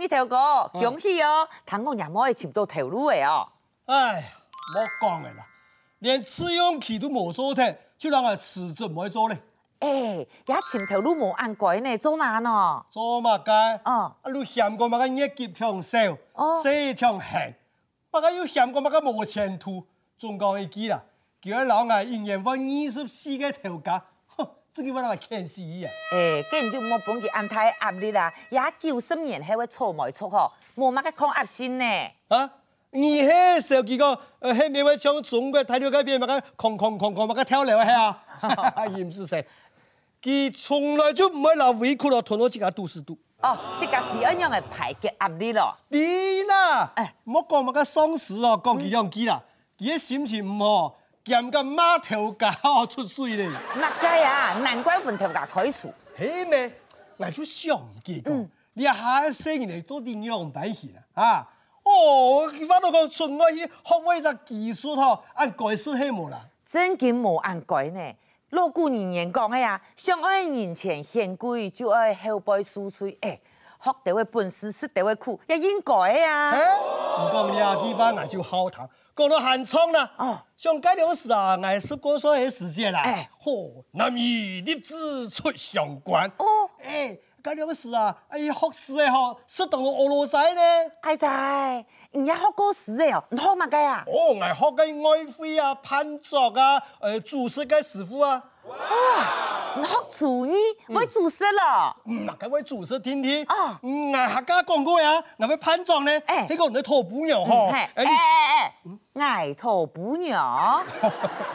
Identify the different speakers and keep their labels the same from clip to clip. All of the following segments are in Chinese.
Speaker 1: 一条哥，恭喜哦！糖果也冇会全到投入的哦。
Speaker 2: 唉，莫讲的啦，连试用期都冇做停，就让我辞职唔去做咧，
Speaker 1: 诶，也全投入冇按改呢，做嘛呢？
Speaker 2: 做嘛该？
Speaker 1: 哦
Speaker 2: 啊，你嫌过嘛个业绩上少
Speaker 1: 哦，
Speaker 2: 事上闲，嘛个又嫌过嘛个冇前途，总讲一句啦，叫俺老外一年搵二十四个头家，哼，这个我让看死伊啊！
Speaker 1: 诶，根本冇本去安太压力啦，也九十年还会错没错吼，冇乜个抗压性呢。
Speaker 2: 啊，你迄手机个，呃，迄面位像中国大陆那边嘛个，哐哐哐哐嘛个跳楼遐啊，伊毋是谁？佮从来就毋会老委屈咯，吞到自家肚是肚。
Speaker 1: 哦，即个第二样的排解压力咯。
Speaker 2: 你啦
Speaker 1: 哎，
Speaker 2: 莫讲嘛个丧事哦，讲起两句啦，伊个心情毋好，兼个马头家哦出水咧。
Speaker 1: 那个呀，难怪问头家开除。
Speaker 2: 嘿咩，我就想结
Speaker 1: 嗯
Speaker 2: 讲，你下生人到底样摆去啦？啊，哦，反到讲纯我去学会只技术吼，按改术迄无啦。
Speaker 1: 真经无按改呢。老古人言讲的呀，相爱人前献贵，就爱后背输出。哎、学到的本事，识到的苦，也应该的
Speaker 2: 哎
Speaker 1: 呀。，
Speaker 2: 唔讲你阿基班，我就好谈。讲到寒窗啦，
Speaker 1: 哦
Speaker 2: 上街了事啊，我十过岁的时间啦，
Speaker 1: 哎
Speaker 2: 嚯，男女立志出相关。
Speaker 1: 哦，
Speaker 2: 哎，街了事啊，哎，学士的吼，适当的俄罗斯呢。
Speaker 1: 爱在，人家学过诗的哦，你学嘛个呀？
Speaker 2: 哦，我学嘅爱妃啊、潘作啊、呃，主食嘅师傅啊，
Speaker 1: 你学厨艺，会煮食了。
Speaker 2: 嗯，嗱，嗰位主食天天。
Speaker 1: 哦
Speaker 2: 嗯，我客家講過呀，我位潘作呢，
Speaker 1: 哎
Speaker 2: 呢個人係土姑娘
Speaker 1: 嗯
Speaker 2: 嗬，
Speaker 1: 嘿哎
Speaker 2: 哎
Speaker 1: 哎哎，爱头不鸟。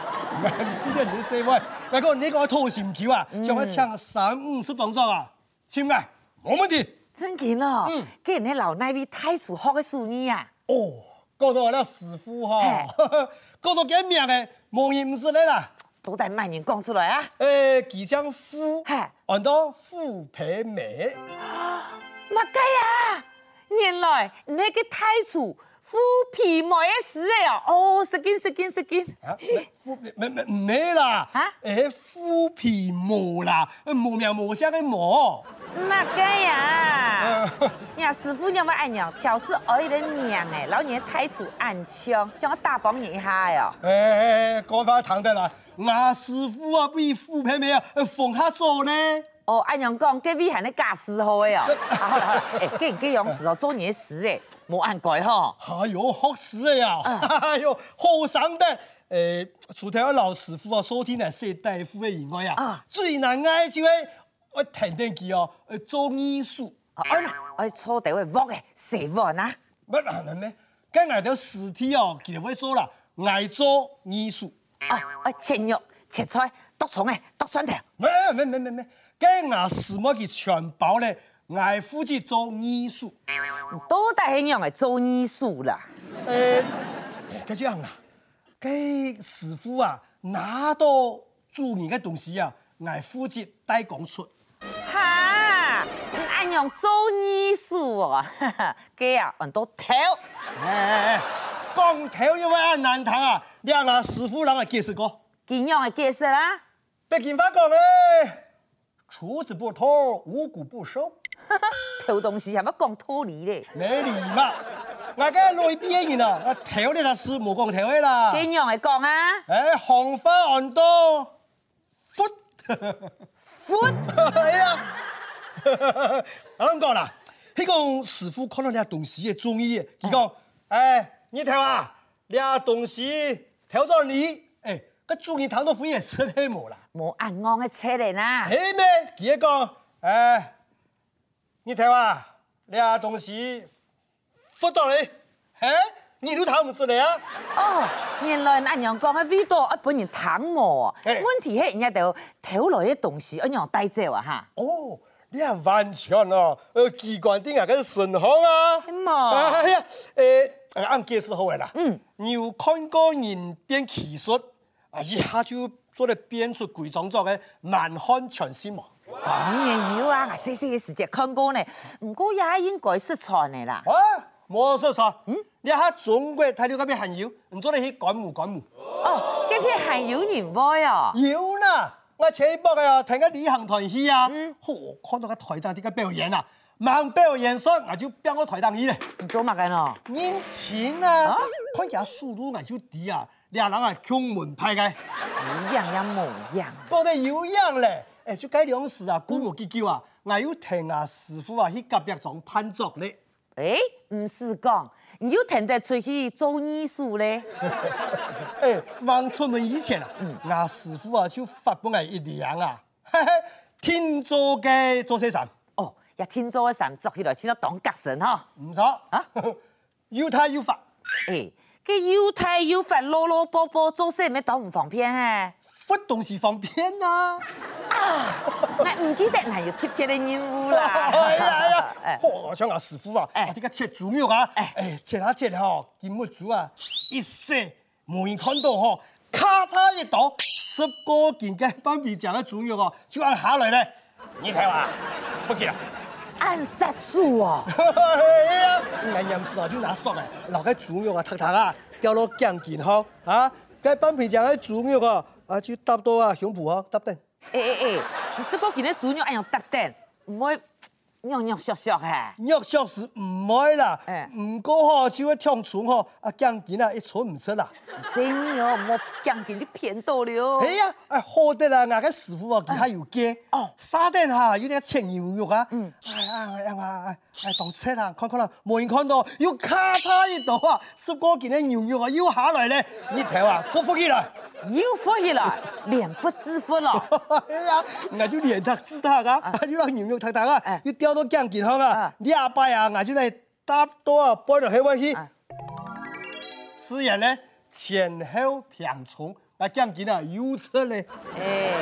Speaker 2: 呢啲人四位，嗱個呢個套禪橋啊，上一槍三五十分鐘啊，簽嘅，冇問題。
Speaker 1: 真经哦
Speaker 2: 嗯，
Speaker 1: 给人家老奶位太熟学的厨艺啊。
Speaker 2: 哦，講到我哋師傅
Speaker 1: 嘿
Speaker 2: 嗬，講到幾名嘅，無言唔是你啦。
Speaker 1: 都得慢人讲出来啊！
Speaker 2: 誒，幾張呃夫
Speaker 1: 嘿，
Speaker 2: 按到夫皮美，
Speaker 1: 乜雞啊！原來你個太廚敷皮毛嘅事啊！哦，食緊食緊食緊，
Speaker 2: 啊， 夫皮唔唔唔咩啦
Speaker 1: 啊，
Speaker 2: 誒夫皮毛啦，無名無相嘅毛。
Speaker 1: 乜雞啊！
Speaker 2: 呃
Speaker 1: 呀，師傅讓我按娘挑是愛的命誒，老年太廚暗槍，想我打幫你一下喲。
Speaker 2: 哎哎哎，講翻唐德啦，牙師傅啊，比副皮咩啊，逢下做呢。哎
Speaker 1: 哦，按娘講，隔壁係你假師好嘅哦。啊，好啦好啦，誒，既然咁樣事哦，做你嘅事誒，冇按改吼。
Speaker 2: 哎呦，學死了呀！
Speaker 1: 嗯
Speaker 2: 哎呦，好生的。誒，除掉老師傅啊，收聽嚟四大夫嘅以外啊
Speaker 1: 啊，
Speaker 2: 最難挨就係我聽聽佢哦，呃做藝術，
Speaker 1: 哦，哎呀，我初地會剝嘅，死喎啊！
Speaker 2: 乜難嘅咩？跟挨到實體哦，佢就會做啦，挨做藝術。
Speaker 1: 哦，我切肉、切菜、剁葱誒、剁蒜頭。
Speaker 2: 咩咩咩咩咩，跟牙師傅佢全包咧，挨負責做藝術。
Speaker 1: 都帶迄樣嘅做藝術啦。
Speaker 2: 呃，该这样啊，该师傅啊拿到主人的东西啊，俺负责代讲出。
Speaker 1: 哈，俺娘做艺术哦， 哈哈，给啊，俺都头。
Speaker 2: 哎哎哎，讲头因为俺难谈啊，你让俺师傅让俺解释过。
Speaker 1: 今样的解释啦，
Speaker 2: 北京话讲嘞，厨子不偷，五谷不收，
Speaker 1: 偷东西还要讲道理嘞。
Speaker 2: 没礼貌。俺个内边人啊，啊头咧他师冇讲头的啦。
Speaker 1: 今样的讲啊，
Speaker 2: 哎，红花按到，福。
Speaker 1: 佛
Speaker 2: 哎呀，俺讲啦，迄个师傅看到你东西的中意，伊讲，哎，你睇啊，你东西挑到你，哎，个主人谈到不也吃黑无啦？
Speaker 1: 无按我的车嘞呐。
Speaker 2: 嘿咩？伊讲，哎，你睇啊，你东西付到你，嘿，你都谈唔出来啊？
Speaker 1: 哦，原来俺娘讲的味道，一般人淡漠。
Speaker 2: 嘿
Speaker 1: 问题迄人家就偷来的东西，俺娘带走啊哈。
Speaker 2: 哦，你啊完全哦，呃，机关顶啊跟顺风啊。
Speaker 1: 什么
Speaker 2: 哎呀，诶，按解释好诶啦。嗯。你有看过人变技术，啊，一下就做咧变出规种作嘅满汉全席嘛。
Speaker 1: 当然有啊，我细细的时节看过呢，不过也应该是传的啦。
Speaker 2: 啊，冇说错。嗯。你下中国睇到嗰边很有，唔做咧去干母干母。
Speaker 1: 哦，这片还有人歪哦。
Speaker 2: 有哦啦，我前一波嘅啊，睇緊李行台戲啊，我看到個台長啲嘅表演啊，盲表演说，我就变我台当伊咧。
Speaker 1: 你做嘛干哦？
Speaker 2: 年轻啊
Speaker 1: 啊，
Speaker 2: 看起来速度我就低啊，俩人啊穷门派个，
Speaker 1: 有样也模样，
Speaker 2: 不得有样嘞。哎，就该两事啊，古无结究啊，我有听啊师傅啊去隔壁种判作咧。
Speaker 1: 诶，唔是讲，你又腾得出去做艺术咧？
Speaker 2: 哎，忙出门以前啊，我师傅啊就发给我一两啊，嘿嘿，天做嘅做些啥？
Speaker 1: 哦，也听做一三做起来，真到当角神吼。
Speaker 2: 唔错 啊，有他有法，
Speaker 1: 诶，佮又太又发啰啰波波做事，咪当唔方便嘿。
Speaker 2: 发东西方便呐、啊。
Speaker 1: 那唔记得，那有贴贴的任务啦。
Speaker 2: 哎呀哎呀，
Speaker 1: 哎
Speaker 2: 嚯！我想阿师傅啊，
Speaker 1: 哎
Speaker 2: 我这个切猪肉啊，
Speaker 1: 哎
Speaker 2: 哎，切下切下吼，见木煮啊，一切没看到吼，咔嚓一刀，十个件嘅斑比酱的猪肉哦，就按下来咧。你睇下，不见啦。
Speaker 1: 暗杀术哦，
Speaker 2: 哎呀，俺饮水啊就拿索啊，留个猪肉啊，塌塌啊，掉落姜健康啊，cái 斑皮酱嘅猪肉啊，啊就搭到啊香蒲啊，搭定。
Speaker 1: 诶诶诶，你是讲今日主肉按样搭蛋，唔会肉肉削削嘿？
Speaker 2: 肉小是唔爱啦
Speaker 1: 哎，
Speaker 2: 唔过吼，只会跳船吼，啊姜件啊一寸唔出啦。
Speaker 1: 生意哦，莫讲给你骗到了。
Speaker 2: 哎呀，哎好得啦，我个师傅哦，其他有加
Speaker 1: 哦
Speaker 2: 沙甸下有点切牛肉啊，
Speaker 1: 嗯
Speaker 2: 哎呀哎呀哎哎，当切啦，看看啦，冇人看到，又咔嚓一刀啊，十个件的牛肉啊又下来咧，你睇啊，过福气啦！
Speaker 1: 又福起来，连福自福了。
Speaker 2: 哎呀，我就连他自他啊，就让牛肉太大啊
Speaker 1: 哎，
Speaker 2: 又掉到姜健康啊
Speaker 1: 啊，
Speaker 2: 你阿伯啊，我就来搭多啊，搬到海湾去
Speaker 1: 啊。
Speaker 2: 虽然咧前后平重，啊姜健啊又出咧。
Speaker 1: 哎，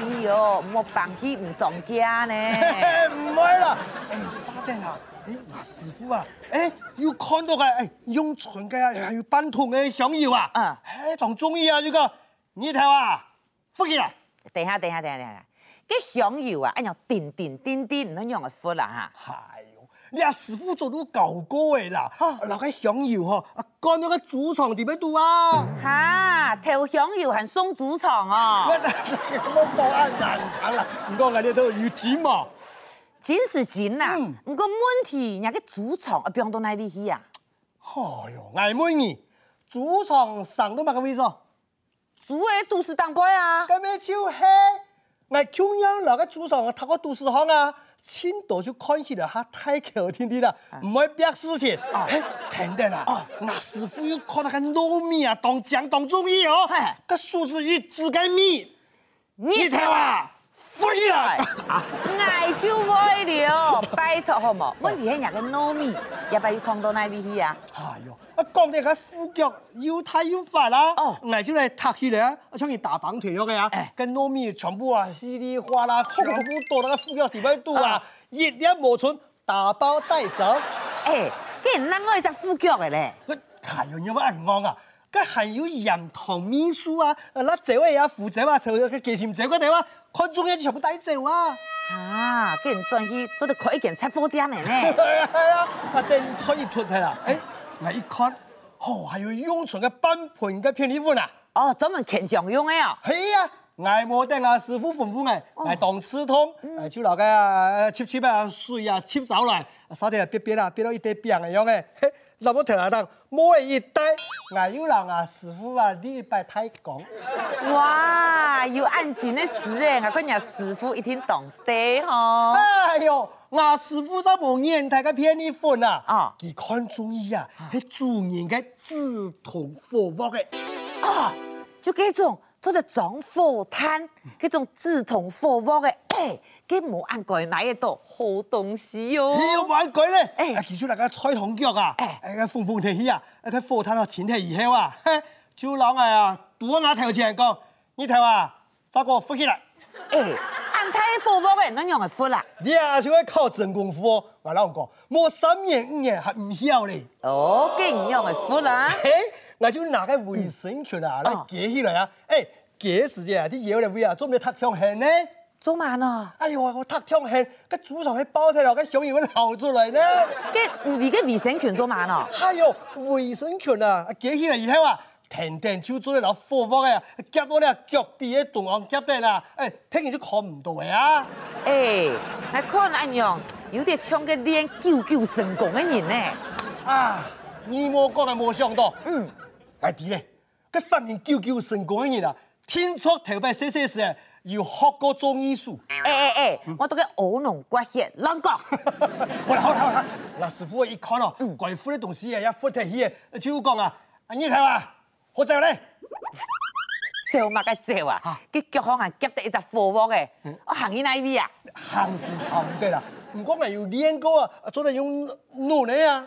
Speaker 1: 注意哦，莫放弃唔上家 呢。哎
Speaker 2: 唔係啦，誒沙丁啊，誒牙師傅啊，誒要看到嘅，誒用唇嘅啊，又要奔痛嘅想要啊
Speaker 1: 嗯，
Speaker 2: 誒仲中意啊呢個，你睇下，福建啊，
Speaker 1: 等一下，等一下，等一下，等一下。cái hưởng dụng à, anh nhau tiền tiền tiền tiền, nó nhau là phật là ha.
Speaker 2: 係喲，哎你阿師傅做到舊歌嘅啦，啊留喺想要呵，啊講咗個主床點樣度啊？
Speaker 1: Ha, theo hưởng dụng hàng sông chủ tràng à.
Speaker 2: 我我講啊難講啊啦，唔過我哋都要剪嘛，
Speaker 1: Chính là chính à.
Speaker 2: Ừ.
Speaker 1: Không có vấn đề, nhà cái chủ tràng ở bên đâu này đi hi à.
Speaker 2: 哎呦，捱妹兒，主床上都冇咁意思。
Speaker 1: Chủ ấy tu sư tăng bói à.
Speaker 2: 咁咩超黑？我中央那个主上啊，他个都市行啊，千度就看起来他太巧天天啦，唔会逼事情。嘿，停定啦！那师傅要看那个糯米啊，当酱当中医哦
Speaker 1: 嘿，
Speaker 2: 个数字一指个米，你
Speaker 1: 你
Speaker 2: 睇哇，福气啊！
Speaker 1: 爱就歪了，拜托好冇？问题系人家糯米，也不要看到那里去啊。
Speaker 2: 哎呦，啊講到個副腳要睇要發啦，
Speaker 1: 哦
Speaker 2: 我就嚟踢起嚟啊，我將佢打棒腿咗嘅啊
Speaker 1: 哎，哦
Speaker 2: 跟糯米全部啊稀里嘩啦，全部到那個副腳地方度啊，一點無存，打包帶走。
Speaker 1: 诶、既哎然咱我一只副脚的咧，
Speaker 2: 我太陽有乜啱啊？佢係有鹽糖米薯啊，嗱這位啊負責啊，就佢幾錢這個地方，啊看中一全部帶走啊。
Speaker 1: 啊，既然转去做得可一件七火点的呢，
Speaker 2: 係啊係啊， 啊定出一脱睇啦，誒，我一看，哦係要用上嘅半盤嘅片米粉啊。
Speaker 1: 哦，专门啃常用的哦，
Speaker 2: 系啊，挨冇得啊，師傅吩咐挨挨當刺通，挨就留個啊切切啊水啊切走嚟，沙地啊憋憋啊憋到一堆病嘅樣嘅，嘿，那麼停下當，冇人啊一帶，挨要留啊師傅啊呢拜太講，
Speaker 1: 哇，有按斤的事诶，我看人家师傅一定懂得吼。
Speaker 2: 哎呦，牙師傅真冇眼睇個偏你分啊，
Speaker 1: 啊
Speaker 2: 佢看中醫啊，係主人嘅志同火爆嘅，
Speaker 1: 啊，就嗰种做得装火炭，嗰种自筒火锅的，诶、欸，冇按过买得到好东西哟、
Speaker 2: 你要玩鬼咧？
Speaker 1: 哎
Speaker 2: 啊，其實那個彩虹腳啊，
Speaker 1: 哎
Speaker 2: 哎，個風風起起啊，啊個火炭啊，錢起而香啊，嘿，就老外啊，拄我那頭前講，你睇啊，咋個福氣啦？
Speaker 1: 诶、哎按太火锅的，咱用的火啦。
Speaker 2: 你啊，就要靠真功夫哦，我老講，冇三年五年還唔曉咧。
Speaker 1: 哦，跟你用的火啦。
Speaker 2: 嘿，我就拿個衛生圈啊，
Speaker 1: 嗯
Speaker 2: 來夾起來啊，哎，夾時間啊，啲嘢嚟位啊，做唔到塌窗痕呢？
Speaker 1: 做嘛呢？
Speaker 2: 哎呦，我塌窗痕，個煮上去包睇落，個香煙流出來呢。
Speaker 1: 跟你个卫生权做嘛呢？
Speaker 2: 哎呦，衛生裙啊，夾起來以後啊，停停手做咧老火火嘅，夾啊到咧腳邊嘅哎動行夾得啦，誒，聽見都看唔到嘅啊！
Speaker 1: 哎，来看安样，有点像个练九九神功的人呢。
Speaker 2: 啊，你莫讲啊，冇想到，
Speaker 1: 嗯，
Speaker 2: 哎弟咧，搿三年九九成功的人啊，听说头摆细细时啊有学过做艺术。
Speaker 1: 哎哎哎，我都个喉咙刮血，啷讲？
Speaker 2: 好啦好啦好啦，那师傅一看哦，贵妇的东西啊，也富得起的，就讲啊，啊你睇啊，好在咧，
Speaker 1: 笑嘛个笑啊嗯
Speaker 2: 啊！
Speaker 1: 佮脚好像夹得一只火锅嘅，我行去那边啊，
Speaker 2: 行是行对啦，唔讲我有练过啊，做得用努力啊，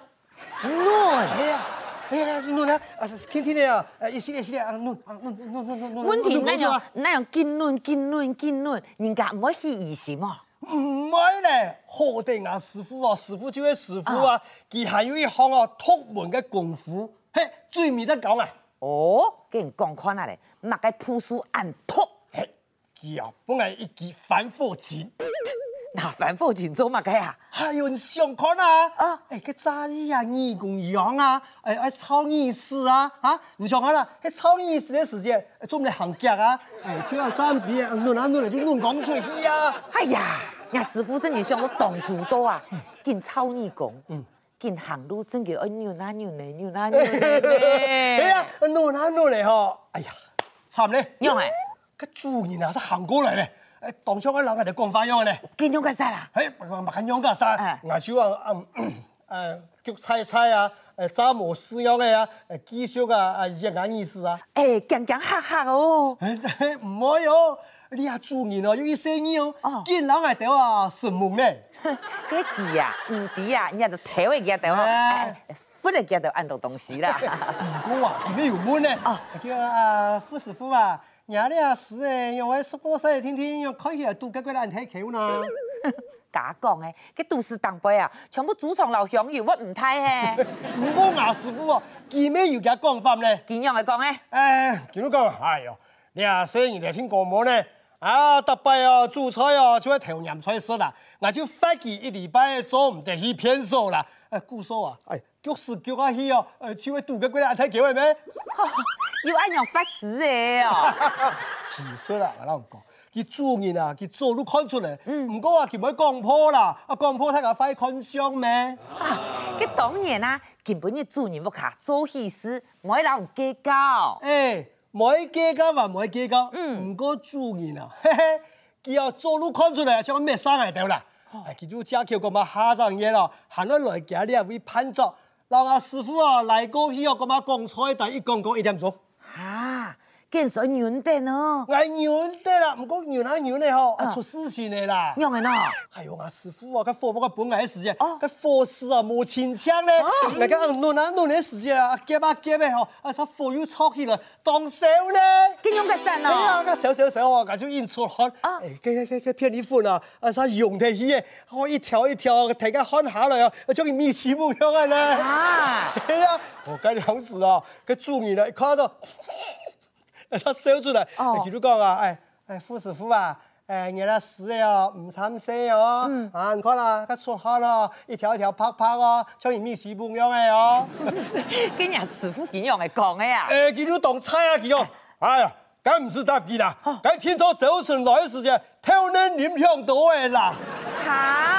Speaker 1: 嫩。
Speaker 2: 哎呀。哎呀，弄呢啊，天天的啊，呃，一系列系列啊，弄啊弄弄弄弄弄。
Speaker 1: 问题那样那样紧嫩紧嫩紧嫩，人家唔好去疑心哦。
Speaker 2: 唔係咧，好定啊師傅哦，師傅就係師傅啊，佢還有一項哦獨門嘅功夫，嘿，最尾得講啊，
Speaker 1: 哦，跟人讲看下咧，擘个朴素按托，
Speaker 2: 嘿，佢啊本來一記反火箭，
Speaker 1: 那反复紧做擘个啊，
Speaker 2: 還有人想看啊，
Speaker 1: 啊
Speaker 2: 啊，誒個炸衣啊，義工羊啊，誒誒炒意思啊，啊，你想看啦，喺炒意思嘅時間，做咩行腳啊，誒，超下爭比啊，亂啊亂嚟就亂講出去啊，
Speaker 1: 哎呀，人家师傅真嘅想到当主多啊，
Speaker 2: 嗯
Speaker 1: 见操你讲，见行路真哎嘅爱扭那扭 嘞扭那扭嘞。
Speaker 2: 哎呀，亂啊亂嚟嗬，哎呀，慘咧。
Speaker 1: 娘哎，
Speaker 2: cái chủ nhân à, sao hàng cô lại này, đằng sau cái lão này để quăng phá nhau này,
Speaker 1: 跟娘个啥啦？
Speaker 2: hey, mà mà cái nhau cả sao,
Speaker 1: 哎。
Speaker 2: nhà chú à, 嗯 à, kiểu chay chay à, trang mô sư nhau cái à, kỹ thuật à, à, yên an ý sư à,
Speaker 1: 哎，讲讲哈哈哦，
Speaker 2: 哎 không phải ô, đi à chủ nhân à, có ý sinh ý ô,
Speaker 1: Ờ.
Speaker 2: kiến lão này đều à, sừng mồm này,
Speaker 1: 那记啊，唔知啊，人家就头会夹到，
Speaker 2: 哎
Speaker 1: 哎，不能夹到按到东西啦。
Speaker 2: không có à, cái này có mồm này,
Speaker 1: Ờ.
Speaker 2: kiểu à, phu sư phụ à, nhà này à, sư ấy,用cái 啊 sức bó sai, thiên thiên,用开起来都cái cái là thấy kiểu nào.
Speaker 1: 假讲诶，佮都市当杯啊，全部祖上老乡友，我唔睇嘿。
Speaker 2: 唔過牙師傅哦，佢咩要嘅講法咧？
Speaker 1: 點樣嚟講咧？
Speaker 2: 誒，見到講，哎呦，你啊雖然嚟先過門咧，啊特別哦做菜哦，就係頭年菜食啦，我就發起一禮拜做唔得去偏手啦。誒，姑嫂啊，誒，腳是腳啊去哦，誒，就係杜個鬼啊睇叫係咩？
Speaker 1: 要按樣法師嘅哦。
Speaker 2: 其實啊，我老講，佢做人啊，佢做都看出嚟，唔過啊，佢唔會講破啦，啊講破睇下快看傷咩？
Speaker 1: 啊佮當然啊，根本嘅主人屋下做戲事，唔係老人計較。
Speaker 2: 誒，每計較還每計較，唔過主人啊， 嘿嘿，佢要做路看出來，想咩生嚟到啦？哎，佢就正叫個嘛下上嘢咯，行到來家你啊會判作，老阿師傅啊來過去哦，個嘛講菜，但一講講一點鐘，
Speaker 1: 哈，見水軟定哦，
Speaker 2: 哎遠得啦，唔講遠啊遠咧吼，啊出事情嚟啦。
Speaker 1: 樣嘅喏。
Speaker 2: 哎呦，阿師傅啊，個火個本來時間，
Speaker 1: 哦
Speaker 2: 個火勢啊冇錢槍咧，人家弄啊弄嘅時間啊夾啊夾嘅吼，啊出火又炒起來，當手咧。
Speaker 1: 咁樣嘅神
Speaker 2: 哎呀，
Speaker 1: 哦，
Speaker 2: 个小小小哦，感觉印出汗，
Speaker 1: 啊
Speaker 2: 哎，cái cái cái cái 片衣服啊，啊啥用得起嘅，我一条一条睇个汗下来哦，将佢面起冇样嘅咧。
Speaker 1: 啊，
Speaker 2: 哎呀，我跟你講事啊，佢住你啦，一看到， 哎他笑出來，
Speaker 1: 哦
Speaker 2: 佢就講啊，哎哎，傅師傅啊。哎，你那死的哦，唔參生哦，啊，你看啦，佢出汗咯，一條一條拍拍哦，像佢面試冇樣嘅哦。
Speaker 1: 跟人師傅點樣嘅講嘅啊？
Speaker 2: 诶，佢都当菜啊，佢哦，哎呀，咁唔是搭佢啦，咁天朝早晨来嘅时间，偷人林香多嘅啦，
Speaker 1: 哈，